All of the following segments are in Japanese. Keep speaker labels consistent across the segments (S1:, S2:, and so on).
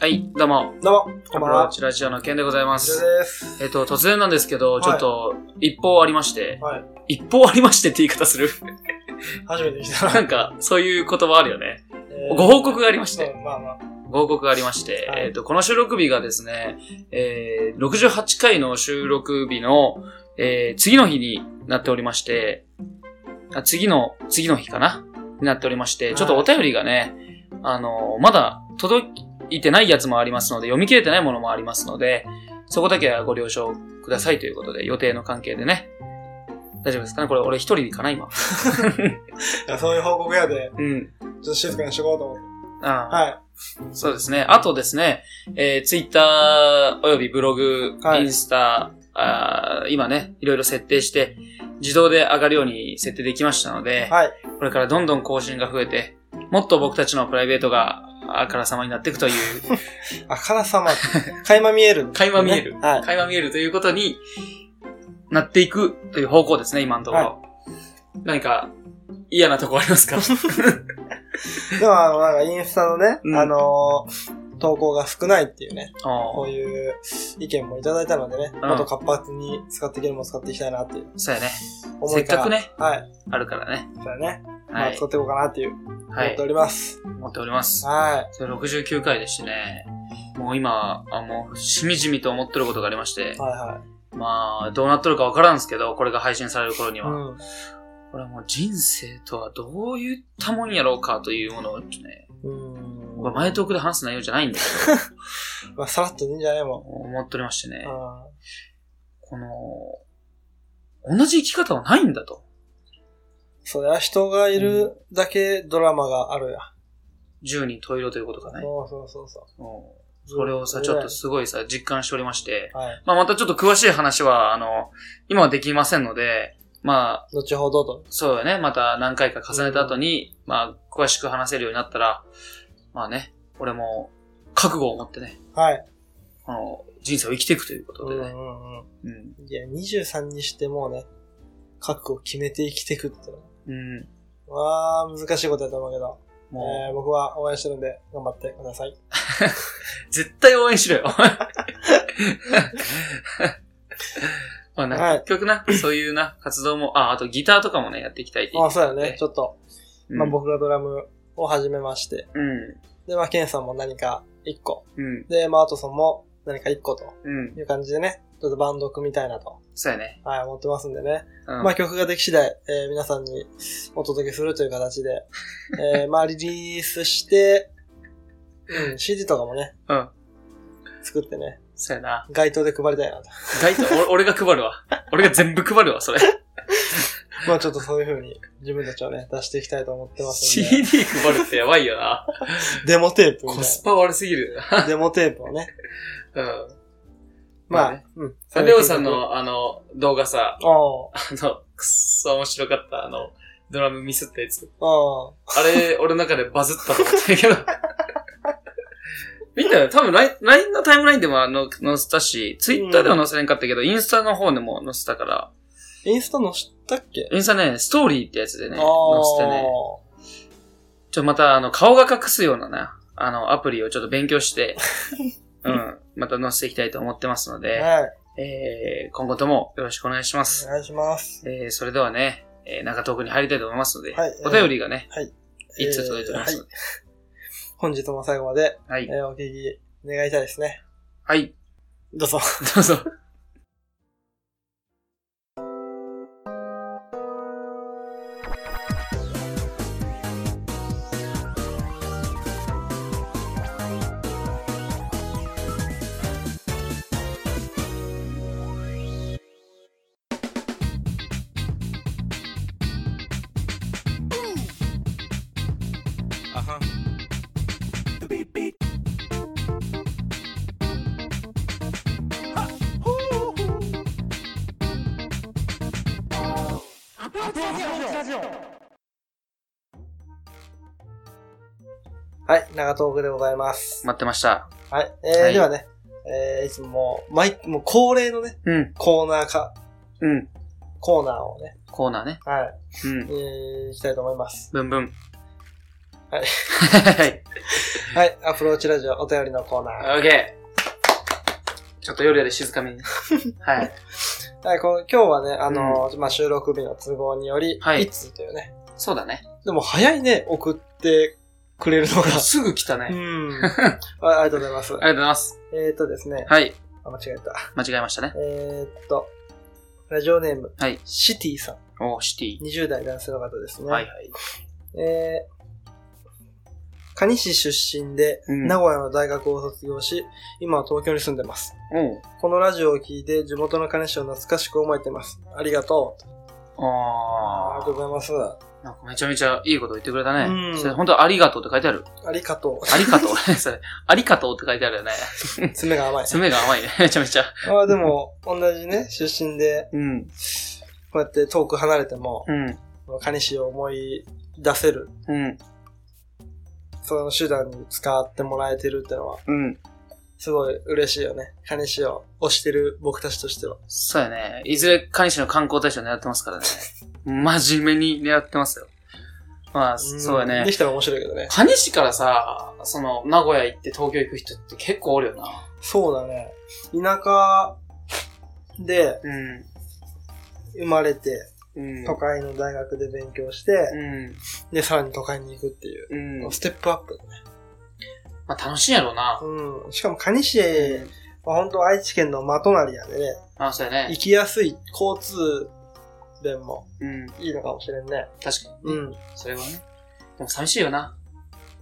S1: はい、どうも。
S2: どうも、こ
S1: アプ
S2: んばん
S1: ロー
S2: は。
S1: チラジオのケンでございま
S2: こち
S1: す。
S2: らです。
S1: えっと、突然なんですけど、
S2: い
S1: ちょっと、一報ありまして、
S2: はい。
S1: 一報ありましてって言い方する
S2: 初めて来
S1: な
S2: た。
S1: んか、そういう言葉あるよね。
S2: えー
S1: ご報告がありまして、
S2: うんまあまあ。
S1: ご報告がありまして、
S2: はい
S1: えっと、この収録日がですね、えー、68回の収録日の、えー、次の日になっておりまして、あ次の、次の日かなになっておりまして、ちょっとお便りがね、あの、まだ届いてないやつもありますので、読み切れてないものもありますので、そこだけはご了承くださいということで、予定の関係でね。大丈夫ですかねこれ俺一人かな 今。
S2: いやそういう報告やで、
S1: うん。
S2: ちょっと静かにしとこうと思って。
S1: ああ
S2: は
S1: そうですね。あとですね、えー、ツイッター、およびブログ、
S2: はい
S1: インスタ、あー今ね、いろいろ設定して、自動で上がるように設定できましたので、
S2: い。はい。
S1: これからどんどん更新が増えて、もっと僕たちのプライベートが、あからさまになっていくという、
S2: あからさ ま。垣間見える。
S1: 垣間見える
S2: ねはい。
S1: 会話見えるということになっていくという方向ですね、今のところ。何か嫌なとこあります か
S2: でも、あの、なんかインスタのね、
S1: うん
S2: あのー投稿が少ないっていうね、
S1: お
S2: こう
S1: ー
S2: いう意見もいただいたのでね、
S1: ん
S2: もっと活発に使っていけるものを使っていきたいなっていう
S1: そうやね。
S2: 思
S1: せっ
S2: いか。
S1: からくね、
S2: はい。
S1: あるからね。
S2: そうだね。ま
S1: は
S2: あ、
S1: い
S2: 使。っていこうかなっていう、
S1: は
S2: 思っ
S1: い
S2: てお。ります。
S1: 思っております。
S2: はい。
S1: それ69回でしてね、もう今、あもう、しみじみと思ってることがありまして、
S2: はいは
S1: まあ、どうなっとるかわからんすけど、これが配信される頃に
S2: い。
S1: は。
S2: うん。
S1: これはもう人生とはどういったもんやろうかというものをね、
S2: うん。
S1: 僕は前トークで話す内容じゃないんだけ
S2: まあ、さらっとでいいんじゃないもん。
S1: ど、思っておりましてね、
S2: あ
S1: この、同じ生き方はないんだと。
S2: そりゃ人がいるだけドラマがあるや。
S1: 十人十色ということかね。
S2: そうそうそうそ
S1: うんそれをさ、ちょっとすごいさ、実感しておりまして、
S2: う。はい。
S1: まあまたちょっと詳しい話は、あの、今はできませんので、まあ、
S2: 後ほどと。
S1: そうだね。また何回か重ねた後に、まあ、詳しく話せるようになったら、まあね、俺も、覚悟を持ってね、
S2: はい。
S1: この、人生を生きていくというこ
S2: う
S1: と
S2: ん
S1: で
S2: う
S1: ね。
S2: んうん。
S1: うん。
S2: いや、23にしてもうね、覚悟を決めて生きていくっての
S1: うん。
S2: は、わー、難しいことやと思うけど、
S1: も
S2: えー、僕は応援してるんで、頑張ってください。
S1: う、絶対応援しろ よ。まあな、
S2: はい
S1: 結局な、そういうな、活動も、あ、あとギターとかもね、やっていきたいって言
S2: あ
S1: っ
S2: あ、そうだね
S1: ね。
S2: ちょっと、
S1: うん
S2: まあ僕がドラムを始めまして、
S1: うん。
S2: で、まあケンさんも何か1個、
S1: うん。
S2: で、まあアートさんも何か1個と
S1: うん。
S2: いう感じでね、ちょっとバンド組みたいなと、
S1: そうやね。
S2: はい、思ってますんでね。
S1: うん。
S2: まあ曲ができ次第、えー皆さんにお届けするという形で、えー まあリリースして、うん、CD とかもね、
S1: うん
S2: 作ってね、
S1: そうやな。
S2: 街頭で配りたいなと。
S1: 大体、お俺が配るわ。俺が全部配るわ、それ。
S2: まあちょっとそういう風に自分たちをね、出していきたいと思ってますん
S1: CD 配るってやばいよな。
S2: で、 デモテープみ
S1: コス
S2: た
S1: パ悪すぎる。
S2: いな。デモテープをね。
S1: うん。
S2: まあ、
S1: ね。
S2: うん。
S1: あレオさんの、あの、動画さ、
S2: おう、
S1: あの、くっそ面白かった、あの、ドラムミスったやつ。
S2: おう、
S1: あ れ、俺の中でバズったと思ってるけど。 みんな、多分ライン、LINE のタイムラインでもあの、載せたし、ツイッターでは載せなかったけど、インスタの方でも載せたから、
S2: インスタの知ったっけ
S1: インスタね、ストーリーってやつでね、載
S2: お
S1: せてね、ちょ、また、あの、顔が隠すようなな、あの、アプリをちょっと勉強 して、うん、また載せていきたいと思ってますので、
S2: はい、
S1: えー、今後ともよろしくお願いします
S2: お。願いします。
S1: えー、それではね、えー、中東区に入りたいと思いますので、
S2: はい
S1: お便りがね、
S2: はい
S1: いつ届いておりますので、
S2: 本日も最後まで、
S1: はい、
S2: えーお聞き願いたいですね。
S1: はい、
S2: どうぞ。
S1: どうぞ。
S3: Uh-huh. Beep beep. Ha!
S2: はい、長東区でございます。
S1: 待ってました。
S2: はい、えー
S1: はい
S2: ではね、えー、いつももう、毎、もう恒例のね、
S1: うん、
S2: コーナーか、
S1: うん、
S2: コーナーをね、
S1: コーナーね。
S2: はい、
S1: うん、
S2: えー、いきたいと思います。
S1: ブンブン。はい。
S2: はい、アプローチラジオお便りのコーナー。
S1: オッケー。ちょっと夜やで静かめに。 はい。
S2: はい、この今日はね、あのーまあ、収録日の都合により、
S1: はい
S2: 一通というね。
S1: そうだね。
S2: でも早いね、送ってくれるのが。
S1: すぐ来たね。あ
S2: う
S1: り
S2: ん。 あありがとうございます
S1: が。とうございます。
S2: えっ、ー、とですね、
S1: はい。
S2: あ、間違えた。
S1: 間違えましたね。
S2: えー、っと、ラジオネーム、
S1: はい
S2: シティさ
S1: おー、シテ
S2: ん、20代男性の方です
S1: ィ。
S2: ね。
S1: はいはい。
S2: えー、蟹市出身で、
S1: うん
S2: 名古屋の大学を卒業し、今は東京に住んでます。
S1: おう
S2: このラジオを聞いて、地元の蟹市を懐かしく思えてます。ありがとう。あり
S1: あ
S2: がとうございます。
S1: ー。なんかめちゃめちゃいいこと言ってくれた
S2: う
S1: ね。
S2: ん
S1: それ本当ありがとうって書いてある。
S2: ありがと
S1: ありがとう。 それ。ありがとうって書いてあるよね。
S2: う。爪が甘い。
S1: 爪が甘いね。 めちゃめちゃ。
S2: あーでも、同じね、出身で、
S1: うん。
S2: こうやって遠く離れても、
S1: うん。
S2: この蟹市を思い出せる、
S1: うん。
S2: その手段に使ってもらえてるってのは、
S1: うん。
S2: すごい嬉しいよね。金氏を推してる僕たちとしては。
S1: そうやね。いずれ、蟹市の観光大使を狙ってますからね。真面目に狙ってますよ。まあ、そうや
S2: ん
S1: ね
S2: で。きたら面白いけどね。
S1: 蟹市からさ、その、名古屋行って東京行く人って結構おるよな。
S2: そうだね。田舎で
S1: うん。
S2: 生まれて、
S1: うん。
S2: 都会の大学で勉強して、で、さらに都会に行くっていう。
S1: うん。うん。
S2: ステップアップだね。
S1: まあ楽しいやろうな。
S2: うん。しかも蟹市は本当愛知県の真隣やでね、
S1: あ、そうやね
S2: 行。きやすい交通便も
S1: うん。
S2: いいのかもしれんね。
S1: 確かに
S2: う
S1: ね。
S2: ん。
S1: それはね。でも寂しいよな。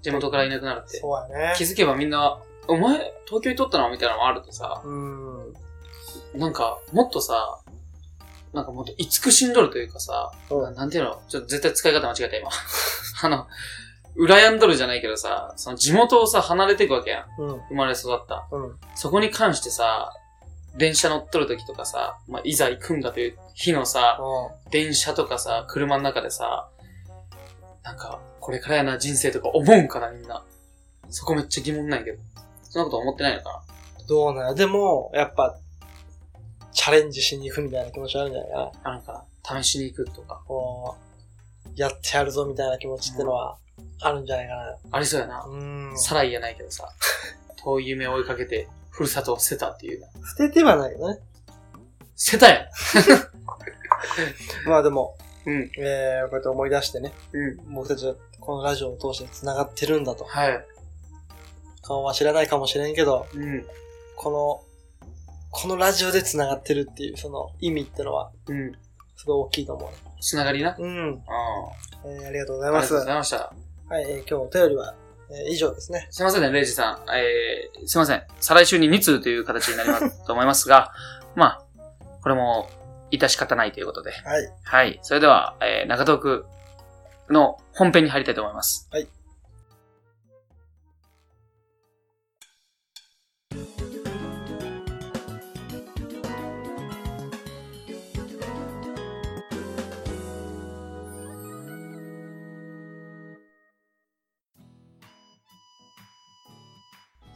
S1: 地元からいなくなるって。
S2: そうやね
S1: 気。づけばみんな、お前、東京にとったのみたいなのもあるとさ、
S2: うん。
S1: なんか、もっとさ、なんかもっと慈しんどるというかさ、
S2: うん
S1: なんていうのちょっと絶対使い方間違えた今。 あの、羨んどるじゃないけどさ、その地元をさ、離れていくわけやん。
S2: うん。
S1: 生まれ育った。
S2: うん。
S1: そこに関してさ、電車乗っとる時とかさ、まあ、いざ行くんだという日のさ、電車とかさ、車の中でさ、なんか、これからやな人生とか思うんかな、みんな。そこめっちゃ疑問ないけど。そんなこと思ってないのか
S2: どうなんやでも、やっぱ、チャレンジしに行くみたいな気持ちあるんじゃないかな。
S1: なあるんかな試しに行くとか。
S2: こう、やってやるぞみたいな気持ちってのは、あるんじゃないかな。
S1: ありそうやな。
S2: うん
S1: さ
S2: 捨
S1: らいやないけどさ、遠い夢を追いかけて、ふるさとを捨てたっていうな。
S2: ててはないよね。
S1: 捨てたやん
S2: まあでも、
S1: うん。
S2: えー、こうやって思い出してね、
S1: うん。
S2: 僕たちはこのラジオを通して繋がってるんだと。
S1: はい。
S2: 顔は知らないかもしれんけど、
S1: うん。
S2: この、このラジオで繋がってるっていう、その意味ってのは、
S1: うん。
S2: すごい大きいと思うね。
S1: つながりな。うん。
S2: うん。
S1: あ
S2: えー、ありがとうござい
S1: りが
S2: ま
S1: とう
S2: す。
S1: ご
S2: は
S1: ざいました。
S2: い、えー、今日お便りは、えー、以上ですね。
S1: すいませんね、レイジさん。えー、すいません。再来週に2通という形になりますと思いますが、 まあ、これも、致し方ないということで。
S2: はい。
S1: はい。それでは、えー、中東区の本編に入りたいと思います。
S2: はい。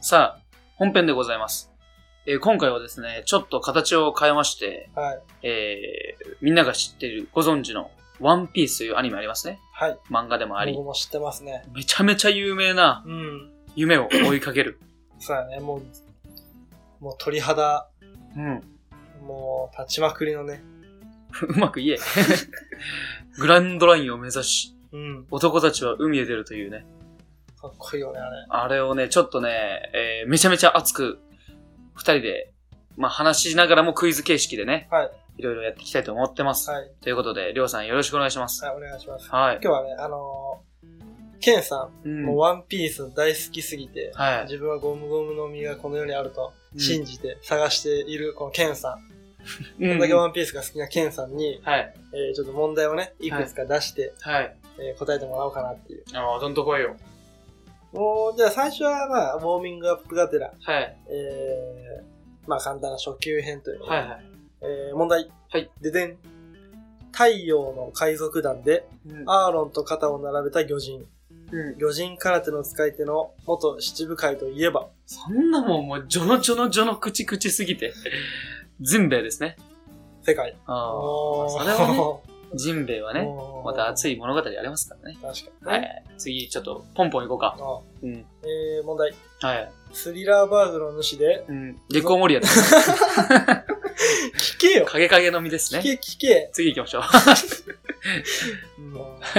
S1: さあ、本編でございます。えー今回はですね、ちょっと形を変えまして、
S2: はい。
S1: えーみんなが知っている、ご存知の、ワンピースというアニメありますね。
S2: はい。
S1: 漫画でもあり
S2: 僕、も知ってますね。
S1: めちゃめちゃ有名な
S2: うん。
S1: 夢を追いかける。
S2: そうやね。もう、もう鳥肌、
S1: うん。
S2: もう立ちまくりのね。
S1: うまく言え。 グランドラインを目指し、
S2: うん。
S1: 男たちは海へ出るというね。
S2: かっこいいよね、あれ。
S1: あれをね、ちょっとね、えーめちゃめちゃ熱く、二人で、まあ話しながらもクイズ形式でね、
S2: はい。
S1: いろいろやっていきたいと思ってます。
S2: はい。
S1: ということで、りょうさんよろしくお願いします。
S2: はい、お願いします。
S1: はい。
S2: 今日はね、あのー、ケンさ、
S1: うんん
S2: もうワンピース大好きすぎて、
S1: はい。
S2: 自分はゴムゴムの実がこの世にあると
S1: うん
S2: 信じて探しているこのケンさ
S1: う
S2: ん。
S1: ん
S2: こんだけワンピースが好きなケンさんに、
S1: はい。
S2: えーちょっと問題をね、いくつか出して、
S1: はい。
S2: えー答えてもらおうかなっていう。
S1: ああ、どんと来いよ。
S2: もう、じゃあ最初はまあ、ウォーミングアップがてら、
S1: はい。
S2: えー、まあ簡単な初級編というので
S1: はいはい。
S2: えー問題。
S1: はい。
S2: ででん。太陽の海賊団で、
S1: うん
S2: アーロンと肩を並べた魚人。
S1: うん
S2: 魚人空手の使い手の元七部会といえば、
S1: そんなもん、もう、ジョのジョのジョの口口すぎて。全部ですね。
S2: 世界。
S1: ああ。
S2: お
S1: それはね
S2: ー
S1: ジンベイはね、また熱い物語ありますからね。
S2: 確か
S1: は。
S2: に。
S1: い。次、ちょっと、ポンポン行こうか。
S2: あ
S1: うん。
S2: えー、問題。
S1: はい。
S2: スリラーバーグの主で、
S1: うん。ゲコウモリアで
S2: 聞けよ
S1: 影影の実です
S2: 聞
S1: ね。
S2: け聞け、
S1: 次行きま しょう。
S2: もう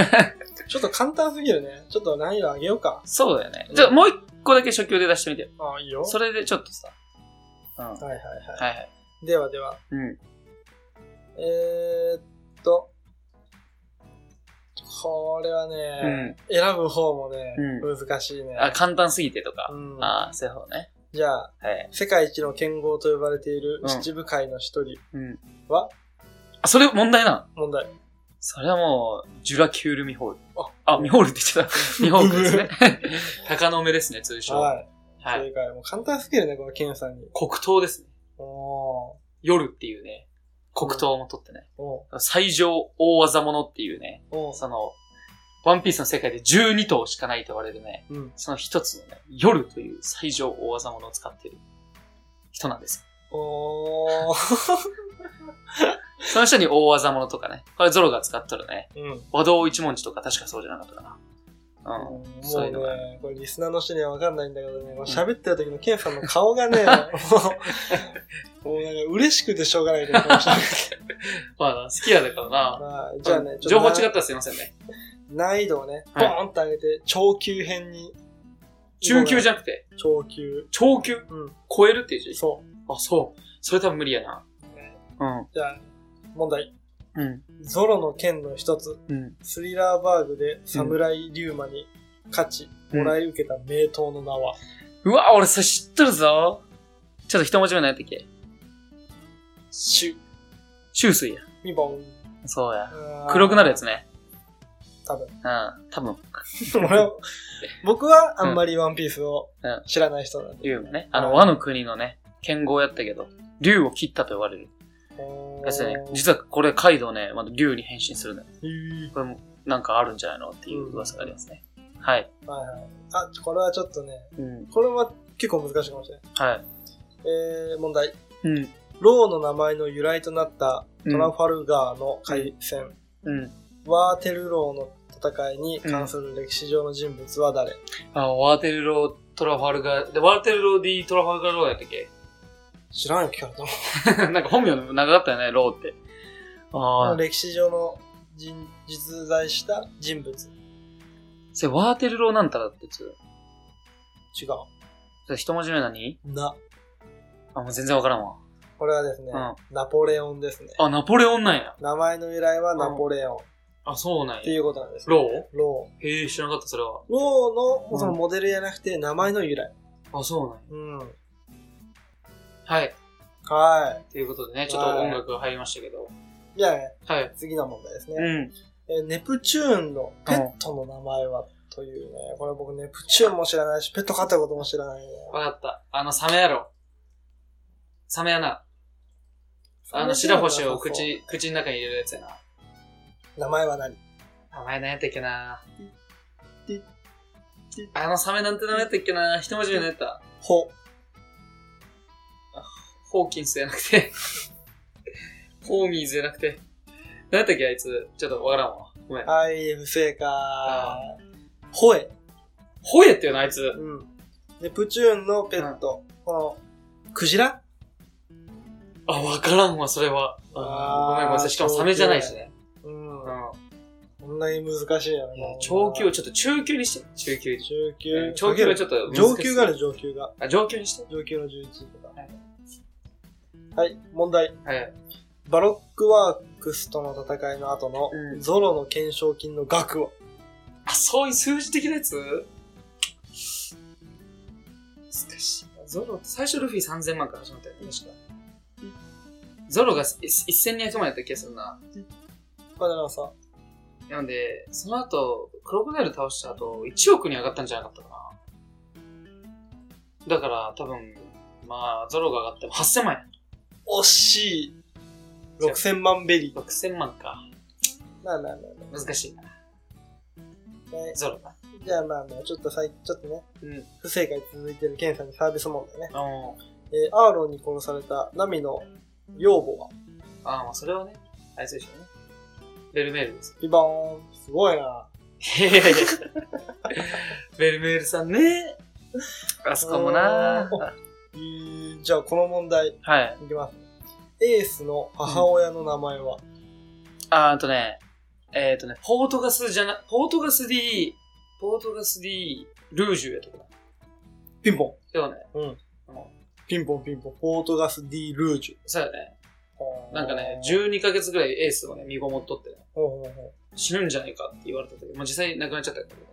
S2: ちょっと簡単すぎるね。ちょっと難易度上げようか。
S1: そうだよね。じゃあ、もう一個だけ初級で出してみてよ。
S2: ああ、いいよ。
S1: それでちょっとさ。うん。はい
S2: はいはいは
S1: はい。
S2: い。ではでは。
S1: うん。
S2: えー、っと。これは
S1: う
S2: ね、
S1: ん。
S2: 選ぶ方もね、
S1: う
S2: 難しいね。
S1: あ、簡単すぎてとか。
S2: うん、
S1: ああ、そういう方ね。
S2: じゃあ、
S1: はい。
S2: 世界一の剣豪と呼ばれている
S1: うん
S2: 七部会の一人、
S1: うん。
S2: は
S1: あ、それ問題なの
S2: 問題。
S1: それはもう、ジュラキュールミホール。
S2: あ
S1: あ、ミホールって言って た。ミホールですね。鷹の目ですね、通称。
S2: はい。
S1: はい。
S2: 正解。もう簡単すぎるね、この剣さんに。
S1: 黒糖ですね。
S2: お
S1: 夜っていうね、黒糖も取ってね。
S2: ー。お
S1: 最上大技者っていうね、
S2: ーおー
S1: その、ワンピースの世界で12頭しかないと言われるね、
S2: うん。
S1: その一つのね、夜という最上大技者を使ってる人なんです。
S2: おー。
S1: その人に大技者とかね、これゾロが使っとるね、
S2: うん。
S1: 和道一文字とか確かそうじゃなかったかな。うん。
S2: もう
S1: そういうのが
S2: ね、これリスナーの人には分かんないんだけどね、こう喋ってる時のケンさんの顔 がね、もう、もうなんか嬉しくてしょうがないけど、この人
S1: まあ、好きやだからな。
S2: まあ、 じゃあね、
S1: 情報違っ
S2: な
S1: たらすいませんね。
S2: 難易度をね、ボ
S1: はい
S2: ーンと上げて、超級編に。
S1: 中級じ
S2: ゃん。
S1: ゃなくて、
S2: 超級。
S1: 超級
S2: うん。
S1: 超えるっていう字
S2: そう。
S1: あ、そう。それ多分無理やな。
S2: じゃあ、問題。
S1: うん。うん。
S2: ゾロの剣の一つ、
S1: うん。
S2: スリラーバーグで侍リュウマに勝ち、
S1: うん
S2: もらい受けた名刀の名は、
S1: うわ、俺それ知っとるぞ。ちょっと一文字目何やったっけ
S2: シュ、
S1: 中水や。
S2: ミボン。
S1: そうや。
S2: あー
S1: 黒くなるやつ。ね。
S2: 多分。
S1: うん。多分、
S2: 俺は僕はあんまりワンピースを知らない人なんで。
S1: 竜がね。あの、
S2: はい
S1: 和の国のね、剣豪やったけど、竜を切ったと言われる。やつね。実はこれ、カイドウね、まだ竜に変身するのよ。
S2: えー
S1: これも、なんかあるんじゃないのっていう噂がありますね。はい。
S2: はいはい。あ、これはちょっとね、
S1: うん。
S2: これは結構難しいかもしれない。
S1: はい。
S2: えー、問題。
S1: うん。
S2: ローの名前の由来となったト
S1: う
S2: ラ
S1: ん。
S2: ファルガーの海戦、
S1: うん。
S2: ワーテルローの戦いに関する歴史上の人物は誰、
S1: あ、ワーテルロー、トラファルガー、で、ワーテルロー・ディ・トラファルガー・ローやったっ け
S2: 知らんよ、聞かれた
S1: なんか本名の長かったよね、ローって。ああ。
S2: 歴史上の人実在した人物。
S1: それ、ワーテルローなんたらってやつ。
S2: 違
S1: それ一文字目何
S2: う。な。
S1: あ、もう全然わからんわ。
S2: これはですね、
S1: う
S2: ナポレオンですね。
S1: ん。あ、ナポレオンなんや。
S2: 名前の由来はナポレオンっ
S1: あ、そうなん
S2: て
S1: や。
S2: いうことなんです。
S1: ロ
S2: ロ
S1: ーへえ、知らなかった、それは。
S2: ー。ロー
S1: うん
S2: のそのモデルじゃなくて名前の由来。
S1: あ、そうなんや。
S2: うん。
S1: はい。
S2: は
S1: ということでね、ちょっと音楽が入りましたけど。
S2: い。じゃあね、
S1: はい。
S2: 次の問題ですね。
S1: うん。
S2: えーネプチューンのペットの名前は、というね、これ僕ネプチューンも知らないし、ペット飼ったことも知らないね。
S1: わかった。あの、サメやろ。サメやな。あの、白星を口、口の中に入れるやつやな。
S2: 名前は何
S1: 名前何やったっけな
S2: ティティ。
S1: あのサメなんて名前やったっけな一文字目何やった
S2: ほ。
S1: ホーキンスじゃなくて。 ホーミーズじゃなくて。何やったっけあいつ。ちょっとわからんわ。ごめん。
S2: はい、不正
S1: あ
S2: 解。ほえ。
S1: ホエっていうのあいつ。
S2: うん。ネプチューンのペット。この、クジラ
S1: あ、わからんわ、それは。
S2: あー
S1: ごめんごめん。それしかもサメじゃないしね。
S2: うん
S1: う。ん。
S2: こんなに難しいよね。
S1: もう長級をち
S2: 中
S1: ょっと中級にして。中級。
S2: 級。
S1: 長級はちょっと難しい
S2: 上級がある、上級が。
S1: あ、上級にして。
S2: 上級の11とか
S1: はい。
S2: はい、問題。
S1: はい。
S2: バロックワークスとの戦いの後の
S1: う、ん
S2: ゾロの懸賞金の額は
S1: あ、そういう数字的なやつ難しいな。ゾロ、最初ルフィ3000万から始まったよね、確か。ゾロがい1200万やった気がするな。
S2: まだなんかさ、
S1: なので、その後、クロコダイル倒した後、1億に上がったんじゃなかったかな。だから、多分、まあ、ゾロが上がっても8000万や。
S2: 惜しい !6000 万ベリ
S1: 6000万か。
S2: ー。なあなあな
S1: 難しいな。
S2: あね
S1: ゾロが。
S2: じゃあまあまあ、ちょっとさい、ちょっとね、
S1: うん。
S2: 不正解続いてるケンさんにサービス問題ね。
S1: あの
S2: えーアーロンに殺されたナミの養母は
S1: あー、まあ、それはね、あいつでしょうね。ベルメールです。
S2: ピンポーン。すごいな。
S1: いやいやいや。ベルメールさんね。あそこもな
S2: うえーじゃあ、この問題、い
S1: はい。
S2: きます。エースの母親の名前は、
S1: あーんとね、えっ、ー、とね、ポートガスじゃな、ポートガス D、ポートガス D、ルージュやとかな。
S2: ピンポ
S1: でもね、
S2: ン。うん。ピンポンピンポン。ポートガス D ルージ
S1: そうやね。
S2: ュ。
S1: なんかね、
S2: ゅ
S1: 12ヶ月ぐらいエースをね、身ごもっとってね、
S2: ほうほうほ
S1: 死ぬんじゃないかって言われた時、まあ、実際亡くなっちゃったけどね。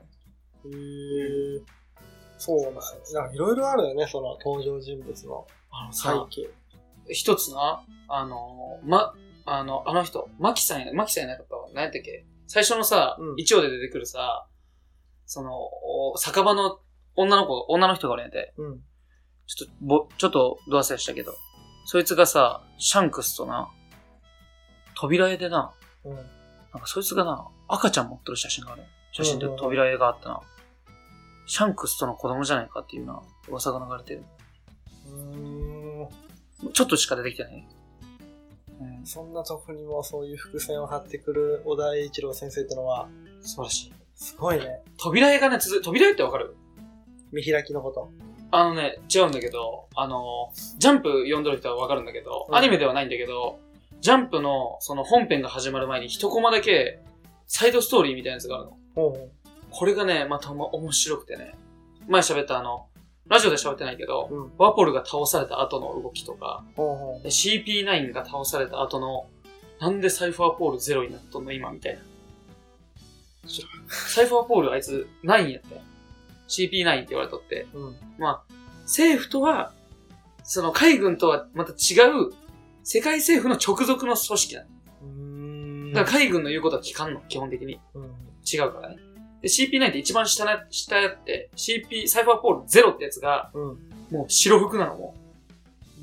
S2: う。へー。そうなんやなんかいろいろあるよね、その登場人物の
S1: あの
S2: 背景。
S1: 一つな、あの、ま、あの、あの人、マキさんや、マキさんやなかったわ。何やったっけ最初のさ
S2: うん、
S1: 一、応で出てくるさ、その、お酒場の女の子、女の人がおるんやて、
S2: うん。
S1: ちょっと、ぼ、ちょっと、ドアセしたけど、そいつがさ、シャンクスとな、扉絵でな、
S2: うん。
S1: なんかそいつがな、赤ちゃん持ってる写真がある。写真で
S2: うんうんうん
S1: 扉絵があったな。シャンクスとの子供じゃないかっていうな、噂が流れてる。
S2: うーん
S1: ちょっとしか出てきてない。うん、
S2: そんなとこにもそういう伏線を張ってくる小田栄一郎先生ってのは、
S1: 素晴らしい。
S2: すごいね。
S1: 扉絵がね、続い扉絵ってわかる
S2: 見開きのこと。
S1: あのね、違うんだけど、あの、ジャンプ読んどる人はわかるんだけど、
S2: うん
S1: アニメではないんだけど、ジャンプのその本編が始まる前に一コマだけ、サイドストーリーみたいなやつがあるの。
S2: ほうほう
S1: これがね、またま面白くてね。前喋ったあの、ラジオで喋ってないけど、
S2: うん。
S1: ワポルが倒された後の動きとか、
S2: ほうほ
S1: で CP9 が倒された後の、なんでサイファーポールゼロになったの今みたいな。
S2: 知
S1: サイファーポールあいつ9やったよ。CP9 って言われとって。
S2: う。うん。
S1: まあ、政府とは、その海軍とはまた違う、世界政府の直属の組織なの。
S2: うーん。
S1: だから海軍の言うことは聞かんの、基本的に。
S2: うん。
S1: 違うからね。で、CP9 って一番下な、下やって、CP、サイファーポールゼロってやつが、
S2: うん。
S1: もう白服なのも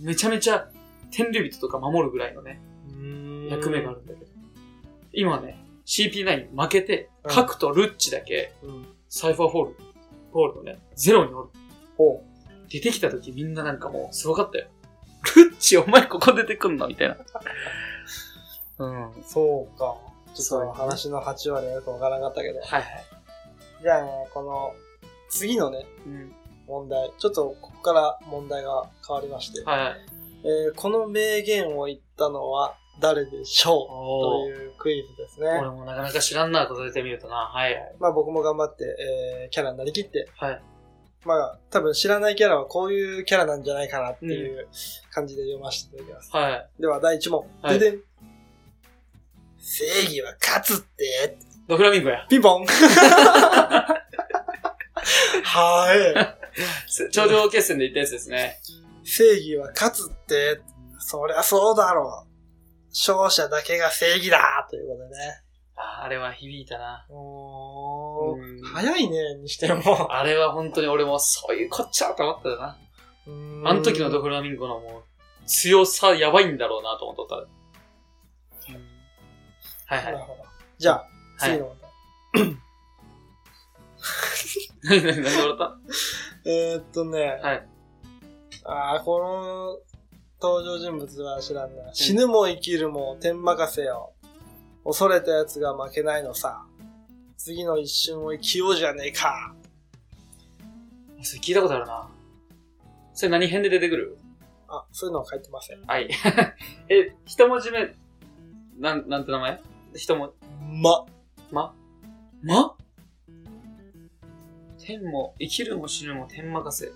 S1: う。めちゃめちゃ、天竜人とか守るぐらいのね、
S2: うん
S1: 役目があ。るんだけど。今はね、CP9 負けて、
S2: うん
S1: 核とルッチだけ、
S2: うん。
S1: サイファーポール、ポールのね、ゼロにおる。
S2: ほ
S1: 出てきた時みんななんかもうすごかったよ。ルッチお前ここ出てくんのみたいな。 うん。は
S2: う。そうか。ち
S1: そう
S2: ょ
S1: や
S2: っと
S1: ね
S2: 話の8割はよくわからなかったけど
S1: い。はい。
S2: じゃあね、この、次のね、
S1: うん。
S2: 問題。ちょっとここから問題が変わりまして。
S1: はいはい。
S2: えーこの名言を言ったのは誰でしょう
S1: おー。
S2: というクイズですね。
S1: 俺もなかなか知らんな、数えてみるとな。はいはい。
S2: まあ僕も頑張って、えーキャラになりきって、
S1: はい。
S2: まあ多分知らないキャラはこういうキャラなんじゃないかなっていう感じで読ませていただきます。
S1: はい。
S2: では第1問。
S1: はい
S2: ででん正義は勝つって
S1: ドフラミンゴ や。
S2: ピンポンは
S1: 頂上決戦で言ったやつですね。
S2: い。正義は勝つってそりゃそうだろう。勝者だけが正義だということでね。
S1: あーあれは響いたな。
S2: おー。
S1: うん
S2: 早いね、にしても。
S1: あれは本当に俺もそういうこっちゃと思ったよな。あの時のドフラミンゴのもう強さやばいんだろうなと思っとった。うんはい
S2: な
S1: は
S2: る
S1: い。
S2: ほど。じゃあ、
S1: はい
S2: 次の問題。
S1: 何 何何笑った
S2: えー、っとね、
S1: はい。
S2: ああ、この登場人物は知らんな。死ぬも生きるも天任せよ。恐れた奴が負けないのさ。次の一瞬を生きようじゃねえか。
S1: それ聞いたことあるな。それ何編で出てくる
S2: あ、そういうのは書いてません。
S1: はい。え、一文字目、なん、なんて名前一文
S2: ま、
S1: ま、ま天も、生きるも死ぬも天任せ。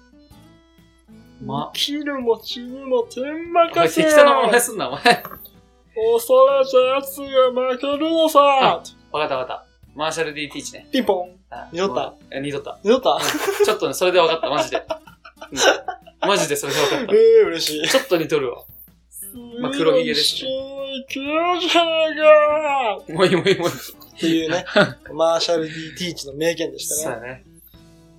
S1: ま。
S2: 生きるも死ぬも天
S1: お前
S2: 任せ
S1: 適
S2: よ。
S1: 当な名前すんな、お前。
S2: 恐れた奴が負けるのさ。
S1: わかったわかった。マーシャル D ティーチね。
S2: ピンポン。
S1: あ
S2: 二度た。
S1: え、二度た。
S2: 二度た
S1: ちょっとね、それでわかった、マジで。うんマジでそれでわかっ
S2: え
S1: た。
S2: えー、嬉しい。
S1: ちょっと似とるわ。まあ黒ひげですね
S2: 一瞬を生きようじゃねえか。
S1: もういいもういいもういい。
S2: っていう ね、マーシャル・ディ・ティーチの名言でし
S1: そ
S2: た
S1: う
S2: ね。
S1: やね。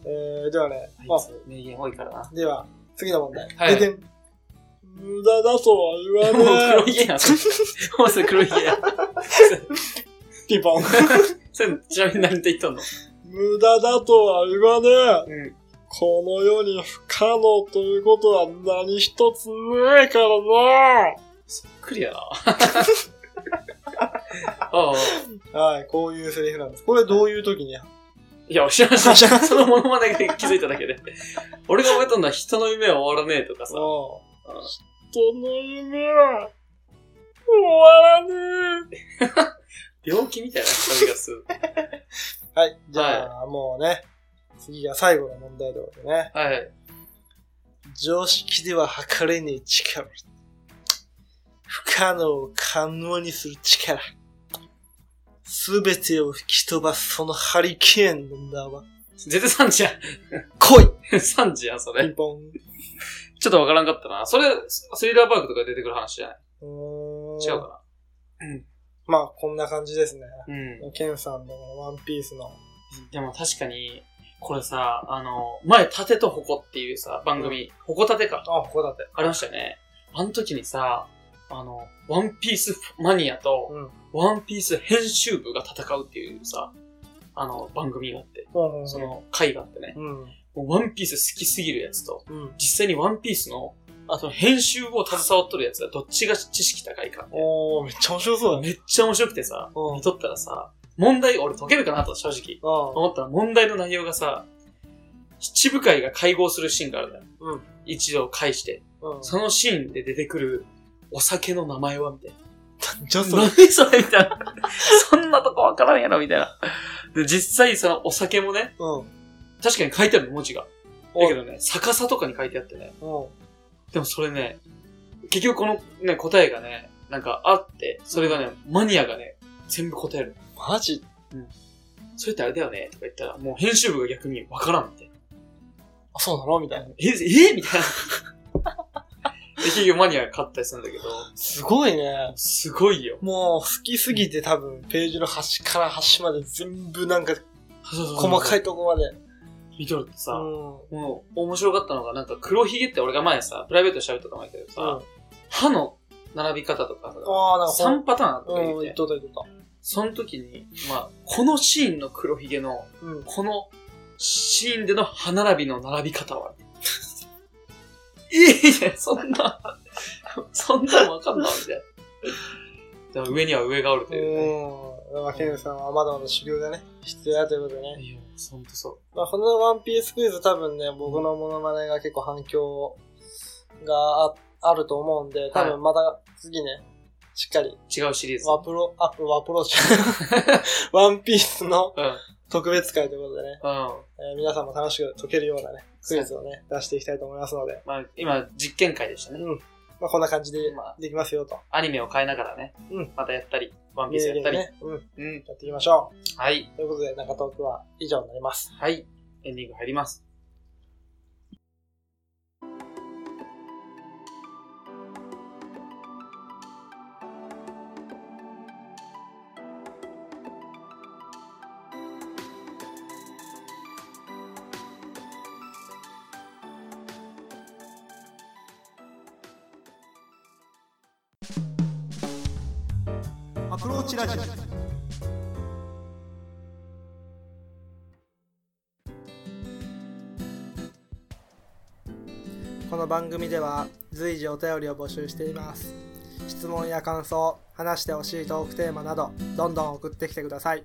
S2: えー、ではね、
S1: あいつ名言多いからな。
S2: あ、では、次の問題。
S1: はい
S2: ででん無駄だとは言
S1: もう
S2: わ
S1: 黒
S2: ねえ。
S1: ひげやん。もうそれ黒ひげやん。
S2: ピンポン。
S1: それ、ちなみに何て言っとんの
S2: 無駄だとは言わねえ。
S1: うん。
S2: この世に不可能ということは何一つねえからな。
S1: そっくりやな。 ああ。
S2: はい、こういうセリフなんです。これどういう時に
S1: いや、知らない。そのものまねで気づいただけで。俺が覚えたのは人の夢は終わらねえとかさ。
S2: そ
S1: 人の夢は終わらねえ。病気みたいな感じがする。
S2: う。はい、じゃあ、もうね、次が最後の問題ということでね。
S1: はい。
S2: 常識では測れねえ力。不可能を可能にする力。すべてを吹き飛ばすそのハリケーンの名は、
S1: 絶対サンジや。
S2: 来い
S1: サンジやん、そ
S2: ピ
S1: れ
S2: ン。 ポン。
S1: ちょっとわからんかったな。それ、スリラーパークとか出てくる話じゃないう
S2: ーん
S1: 違うか
S2: まあ、こんな感じですね。
S1: な。うん。
S2: ケンさんのこのワンピースの。
S1: でも確かに、これさ、あの、前、盾と矛っていうさ、番組、矛盾か。
S2: あ、ここだって。
S1: ありましたよね。あの時にさ、あの、ワンピースマニアと、
S2: うん。
S1: ワンピース編集部が戦うっていうさ、あの、番組があって、
S2: うんうん
S1: その回があってね、
S2: うん。
S1: もうワンピース好きすぎるやつと、
S2: うん。
S1: 実際にワンピースの、あと編集を携わっとるやつはどっちが知識高いかって。
S2: おー、めっちゃ面白そうだね。
S1: めっちゃ面白くてさ、
S2: うん
S1: 見とったらさ、問題、俺解けるかなと、正直。
S2: う
S1: 思ったら問題の内容がさ、七部会が会合するシーンがあるんだよ。
S2: うん
S1: 一度返して。
S2: ん。うん。
S1: そのシーンで出てくるお酒の名前はみたいな。
S2: じゃあそれ
S1: 何。それみたいな。そんなとこわからんやろみたいな。で、実際そのお酒もね、
S2: うん。
S1: 確かに書いてあるの文字が。だけどね、逆さとかに書いてあってね。
S2: うん。
S1: でもそれね、結局このね、答えがね、なんかあって、それがね、マニアがね、全部答える。
S2: マジ
S1: それってあれだよねとか言ったら、もう編集部が逆にわからんって。
S2: あ、そうなのみたいな。
S1: え、えみたいな。で、企業マニアが勝ったりするんだけど、
S2: すごいね。
S1: すごいよ。
S2: もう、好きすぎて多分、ページの端から端まで全部なんか、細か
S1: い。
S2: いとこまで。
S1: 見とるとさ、
S2: うん。
S1: もう、面白かったのが、なんか黒ひげって俺が前さ、プライベートで喋ったと思うけどさ、
S2: うん
S1: 歯の並び方とか
S2: ああ、なんか
S1: さ、3パターンあった
S2: う
S1: よ
S2: ん、言
S1: ね
S2: っとった言っとっ
S1: その時に、まあ、このシーンの黒ひげの、
S2: た。うん。
S1: このシーンでの歯並びの並び方 は、いやいや、そんな、そんなんわかんないみたいな。だから上には上がおるというね。
S2: うん。だから、ケンさんはまだまだ修行がね、必要だということでね。
S1: いや、ほんとそ
S2: まあ、このワンピースクイズ多分ね、僕のモノマネが結構反響がああると思うんで、多分また次ね、しっかり、
S1: う。違うシリーズ。
S2: ワプロ、アップ、ワプロじゃない ワンピースの
S1: うん。うん。
S2: 特別会ということでね、
S1: ま
S2: えー皆さんも楽しく解けるようなね、クイズをね、出していきたいと思いますので、
S1: あ、今、実験会でしたね。
S2: まあ、こんな感じで
S1: まあ
S2: できますよと。
S1: アニメを変えながらね。
S2: うん
S1: またやったり、ワンピースやったり。
S2: ね、うん、
S1: うん。
S2: やっていきましょ
S1: はい。
S2: う。ということで、中トークは以上になります。
S1: はい。エンディング入ります。
S3: アプローチラジオ
S2: この番組では随時お便りを募集しています質問や感想話してほしいトークテーマなどどんどん送ってきてください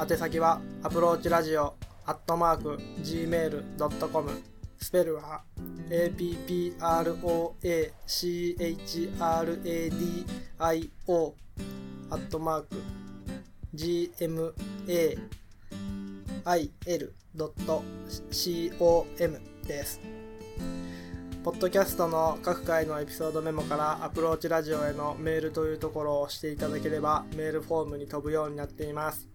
S2: 宛先はアプローチラジオアットマーク Gmail.com スペルは APPROACHRADIO アットマーク GMAIL.com ですポッドキャストの各回のエピソードメモからアプローチラジオへのメールというところを押していただければメールフォームに飛ぶようになっています。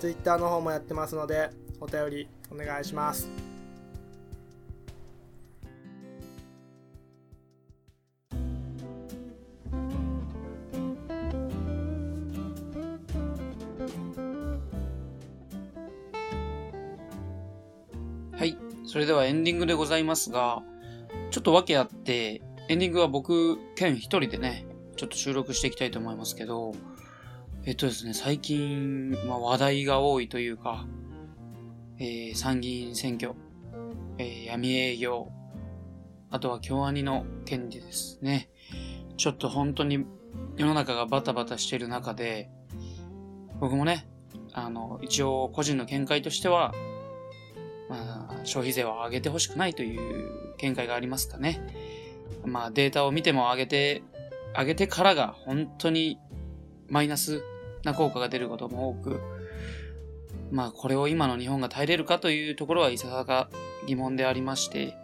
S2: Twitter の方もやってますのでお便りお願いします。
S1: はい。それではエンディングでございますが、ちょっと訳あって、エンディングは僕、兼一人でね、ちょっと収録していきたいと思いますけど、えっとですね、最近、まあ、話題が多いというか、えー参議院選挙、えー闇営業、あとは京アニの権利ですね。ちょっと本当に世の中がバタバタしている中で、僕もね、あの、一応個人の見解としては、まあ、消費税は上げてほしくないという見解がありますかね。まあ、データを見ても上げて、上げてからが本当にマイナスな効果が出ることも多く、まあ、これを今の日本が耐えれるかというところはいささか疑問でありまして、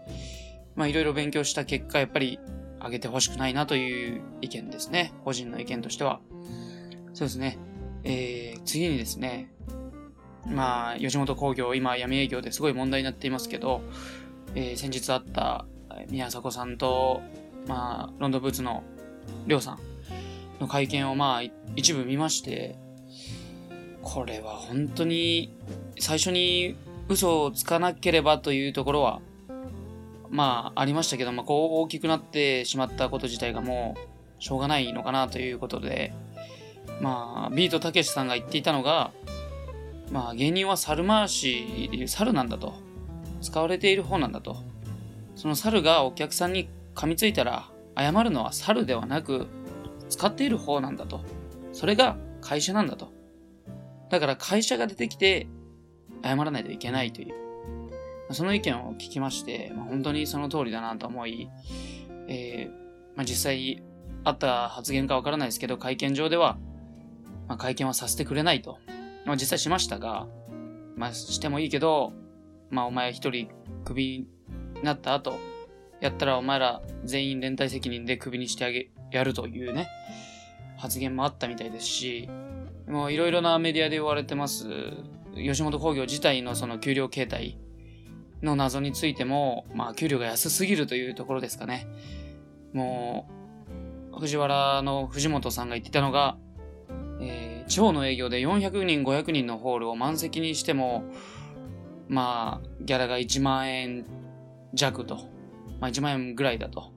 S1: まあ、いろいろ勉強した結果、やっぱり上げてほしくないなという意見ですね。個人の意見としては。そうですね。えー、次にですね、まあ、吉本興業、今闇営業ですごい問題になっていますけど、えー先日会ったえー宮迫さんと、まあ、ロンドンブーツのりょうさんの会見をまあ、い一部見まして、これは本当に最初に嘘をつかなければというところは、まあ、ありましたけど、まあ、こう大きくなってしまったこと自体がもう、しょうがないのかなということで、まあ、ビートたけしさんが言っていたのが、まあ、芸人は猿回しでいう猿なんだと。使われている方なんだと。その猿がお客さんに噛みついたら、謝るのは猿ではなく、使っている方なんだと。それが会社なんだと。だから会社が出てきて、謝らないといけないという。その意見を聞きまして、まあ、本当にその通りだなと思い、えーまあ、実際あった発言かわからないですけど、会見上では、まあ、会見はさせてくれないと。まあ、実際しましたが、まあ、してもいいけど、まあ、お前一人クビになった後、やったらお前ら全員連帯責任でクビにしてあげ、やるというね、発言もあったみたいですし、もういろいろなメディアで言われてます、吉本興業自体のその給料形態の謎についても、まあ、給料が安すぎるというところですかね。もう、藤原の藤本さんが言ってたのが、えー地方の営業で400人、500人のホールを満席にしても、まあ、ギャラが1万円弱と、まあ1万円ぐらいだと。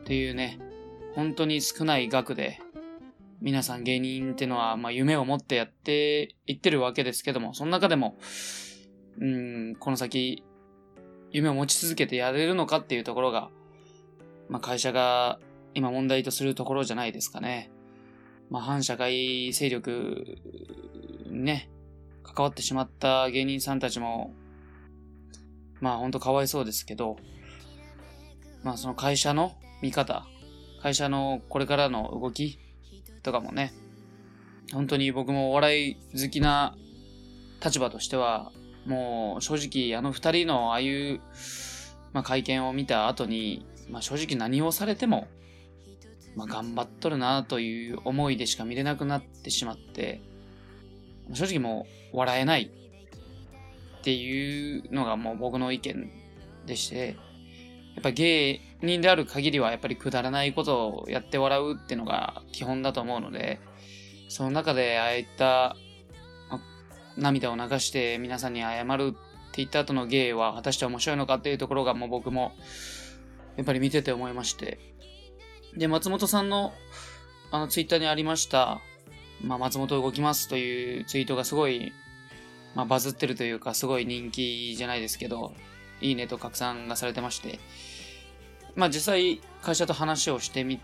S1: っていうね、本当に少ない額で、皆さん芸人ってのは、まあ夢を持ってやっていってるわけですけども、その中でも、うん、この先、夢を持ち続けてやれるのかっていうところが、まあ会社が今問題とするところじゃないですかね。まあ反社会勢力、ね、関わってしまった芸人さんたちも、まあほんとかわいそうですけど、まあその会社の見方、会社のこれからの動きとかもね、本当に僕もお笑い好きな立場としては、もう正直あの二人のああいう、まあ、会見を見た後に、まあ正直何をされても、まあ頑張っとるなという思いでしか見れなくなってしまって、正直もう笑えないっていうのがもう僕の意見でして、やっぱ芸人である限りはやっぱりくだらないことをやって笑うっていうのが基本だと思うので、その中でああいった、ま涙を流して皆さんに謝るって言った後の芸は果たして面白いのかっていうところがもう僕もやっぱり見てて思いまして。で、松本さんのあのツイッターにありました、まあ、松本動きますというツイートがすごい、まあ、バズってるというか、すごい人気じゃないですけど、いいねと拡散がされてまして、まあ実際会社と話をしてみ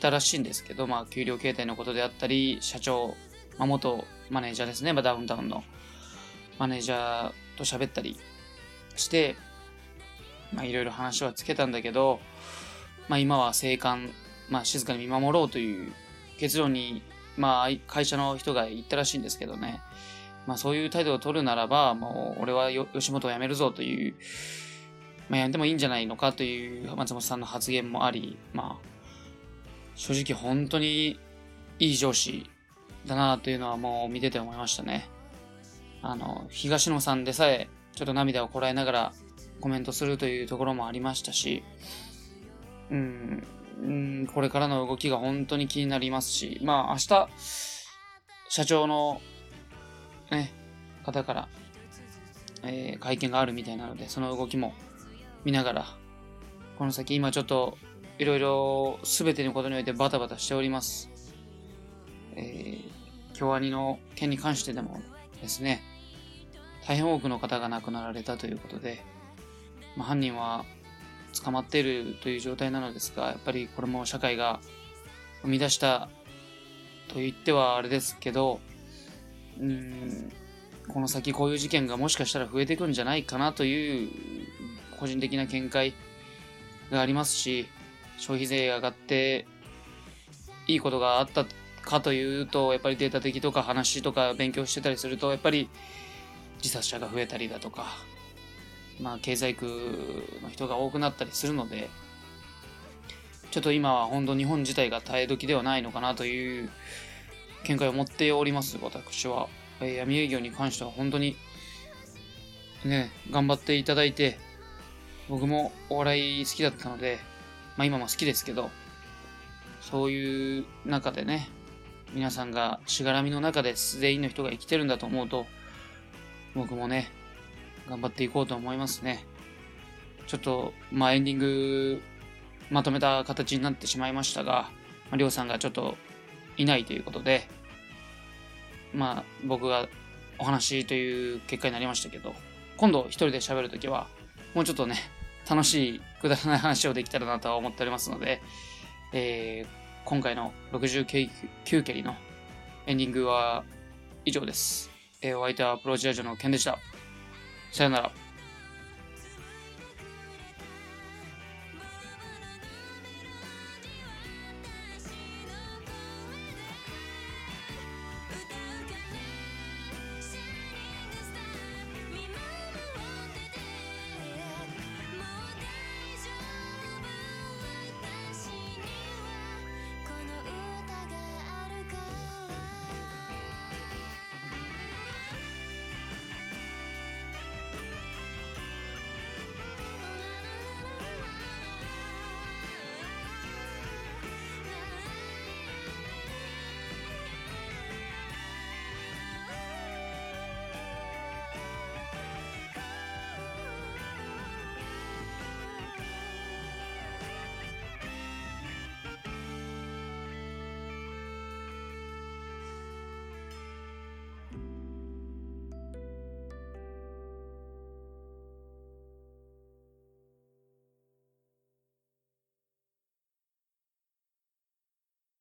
S1: たらしいんですけど、まあ給料形態のことであったり、社長、まあ、元マネージャーですね、まあ、ダウンタウンのマネージャーと喋ったりして、まあいろいろ話はつけたんだけど、まあ今は静観、まあ静かに見守ろうという結論にまあ、会社の人が言ったらしいんですけどね。まあ、そういう態度を取るならば、もう、俺はよ吉本を辞めるぞという、まあ、やんでもいいんじゃないのかという松本さんの発言もあり、まあ、正直本当にいい上司だなというのはもう見てて思いましたね。あの、東野さんでさえ、ちょっと涙をこらえながらコメントするというところもありましたし、うん、うん、これからの動きが本当に気になりますし、まあ明日、社長の、ね、方から、えー会見があるみたいなので、その動きも見ながら、この先今ちょっと、いろいろ全てのことにおいてバタバタしております。えー、京アニの件に関してでもですね、大変多くの方が亡くなられたということで、まあ、犯人は捕まっているという状態なのですが、やっぱりこれも社会が生み出したと言ってはあれですけど、うーん、この先こういう事件がもしかしたら増えていくんじゃないかなという個人的な見解がありますし、消費税が上がっていいことがあったかというと、やっぱりデータ的とか話とか勉強してたりすると、やっぱり自殺者が増えたりだとか、まあ経済区の人が多くなったりするので、ちょっと今は本当日本自体が耐え時ではないのかなという見解を持っております、私は。えー闇営業に関しては本当に、ね、頑張っていただいて、僕もお笑い好きだったので、まあ今も好きですけど、そういう中でね、皆さんがしがらみの中で全員の人が生きてるんだと思うと、僕もね、頑張っていこうと思いますね。ちょっと、まあエンディングまとめた形になってしまいましたが、まありょうさんがちょっといないということで、まあ僕がお話という結果になりましたけど、今度一人で喋るときは、もうちょっとね、楽しいくだらない話をできたらなとは思っておりますので、えー今回の69キャリのエンディングは以上です。えーお相手はアプローチラジオのケンでした。さよなら。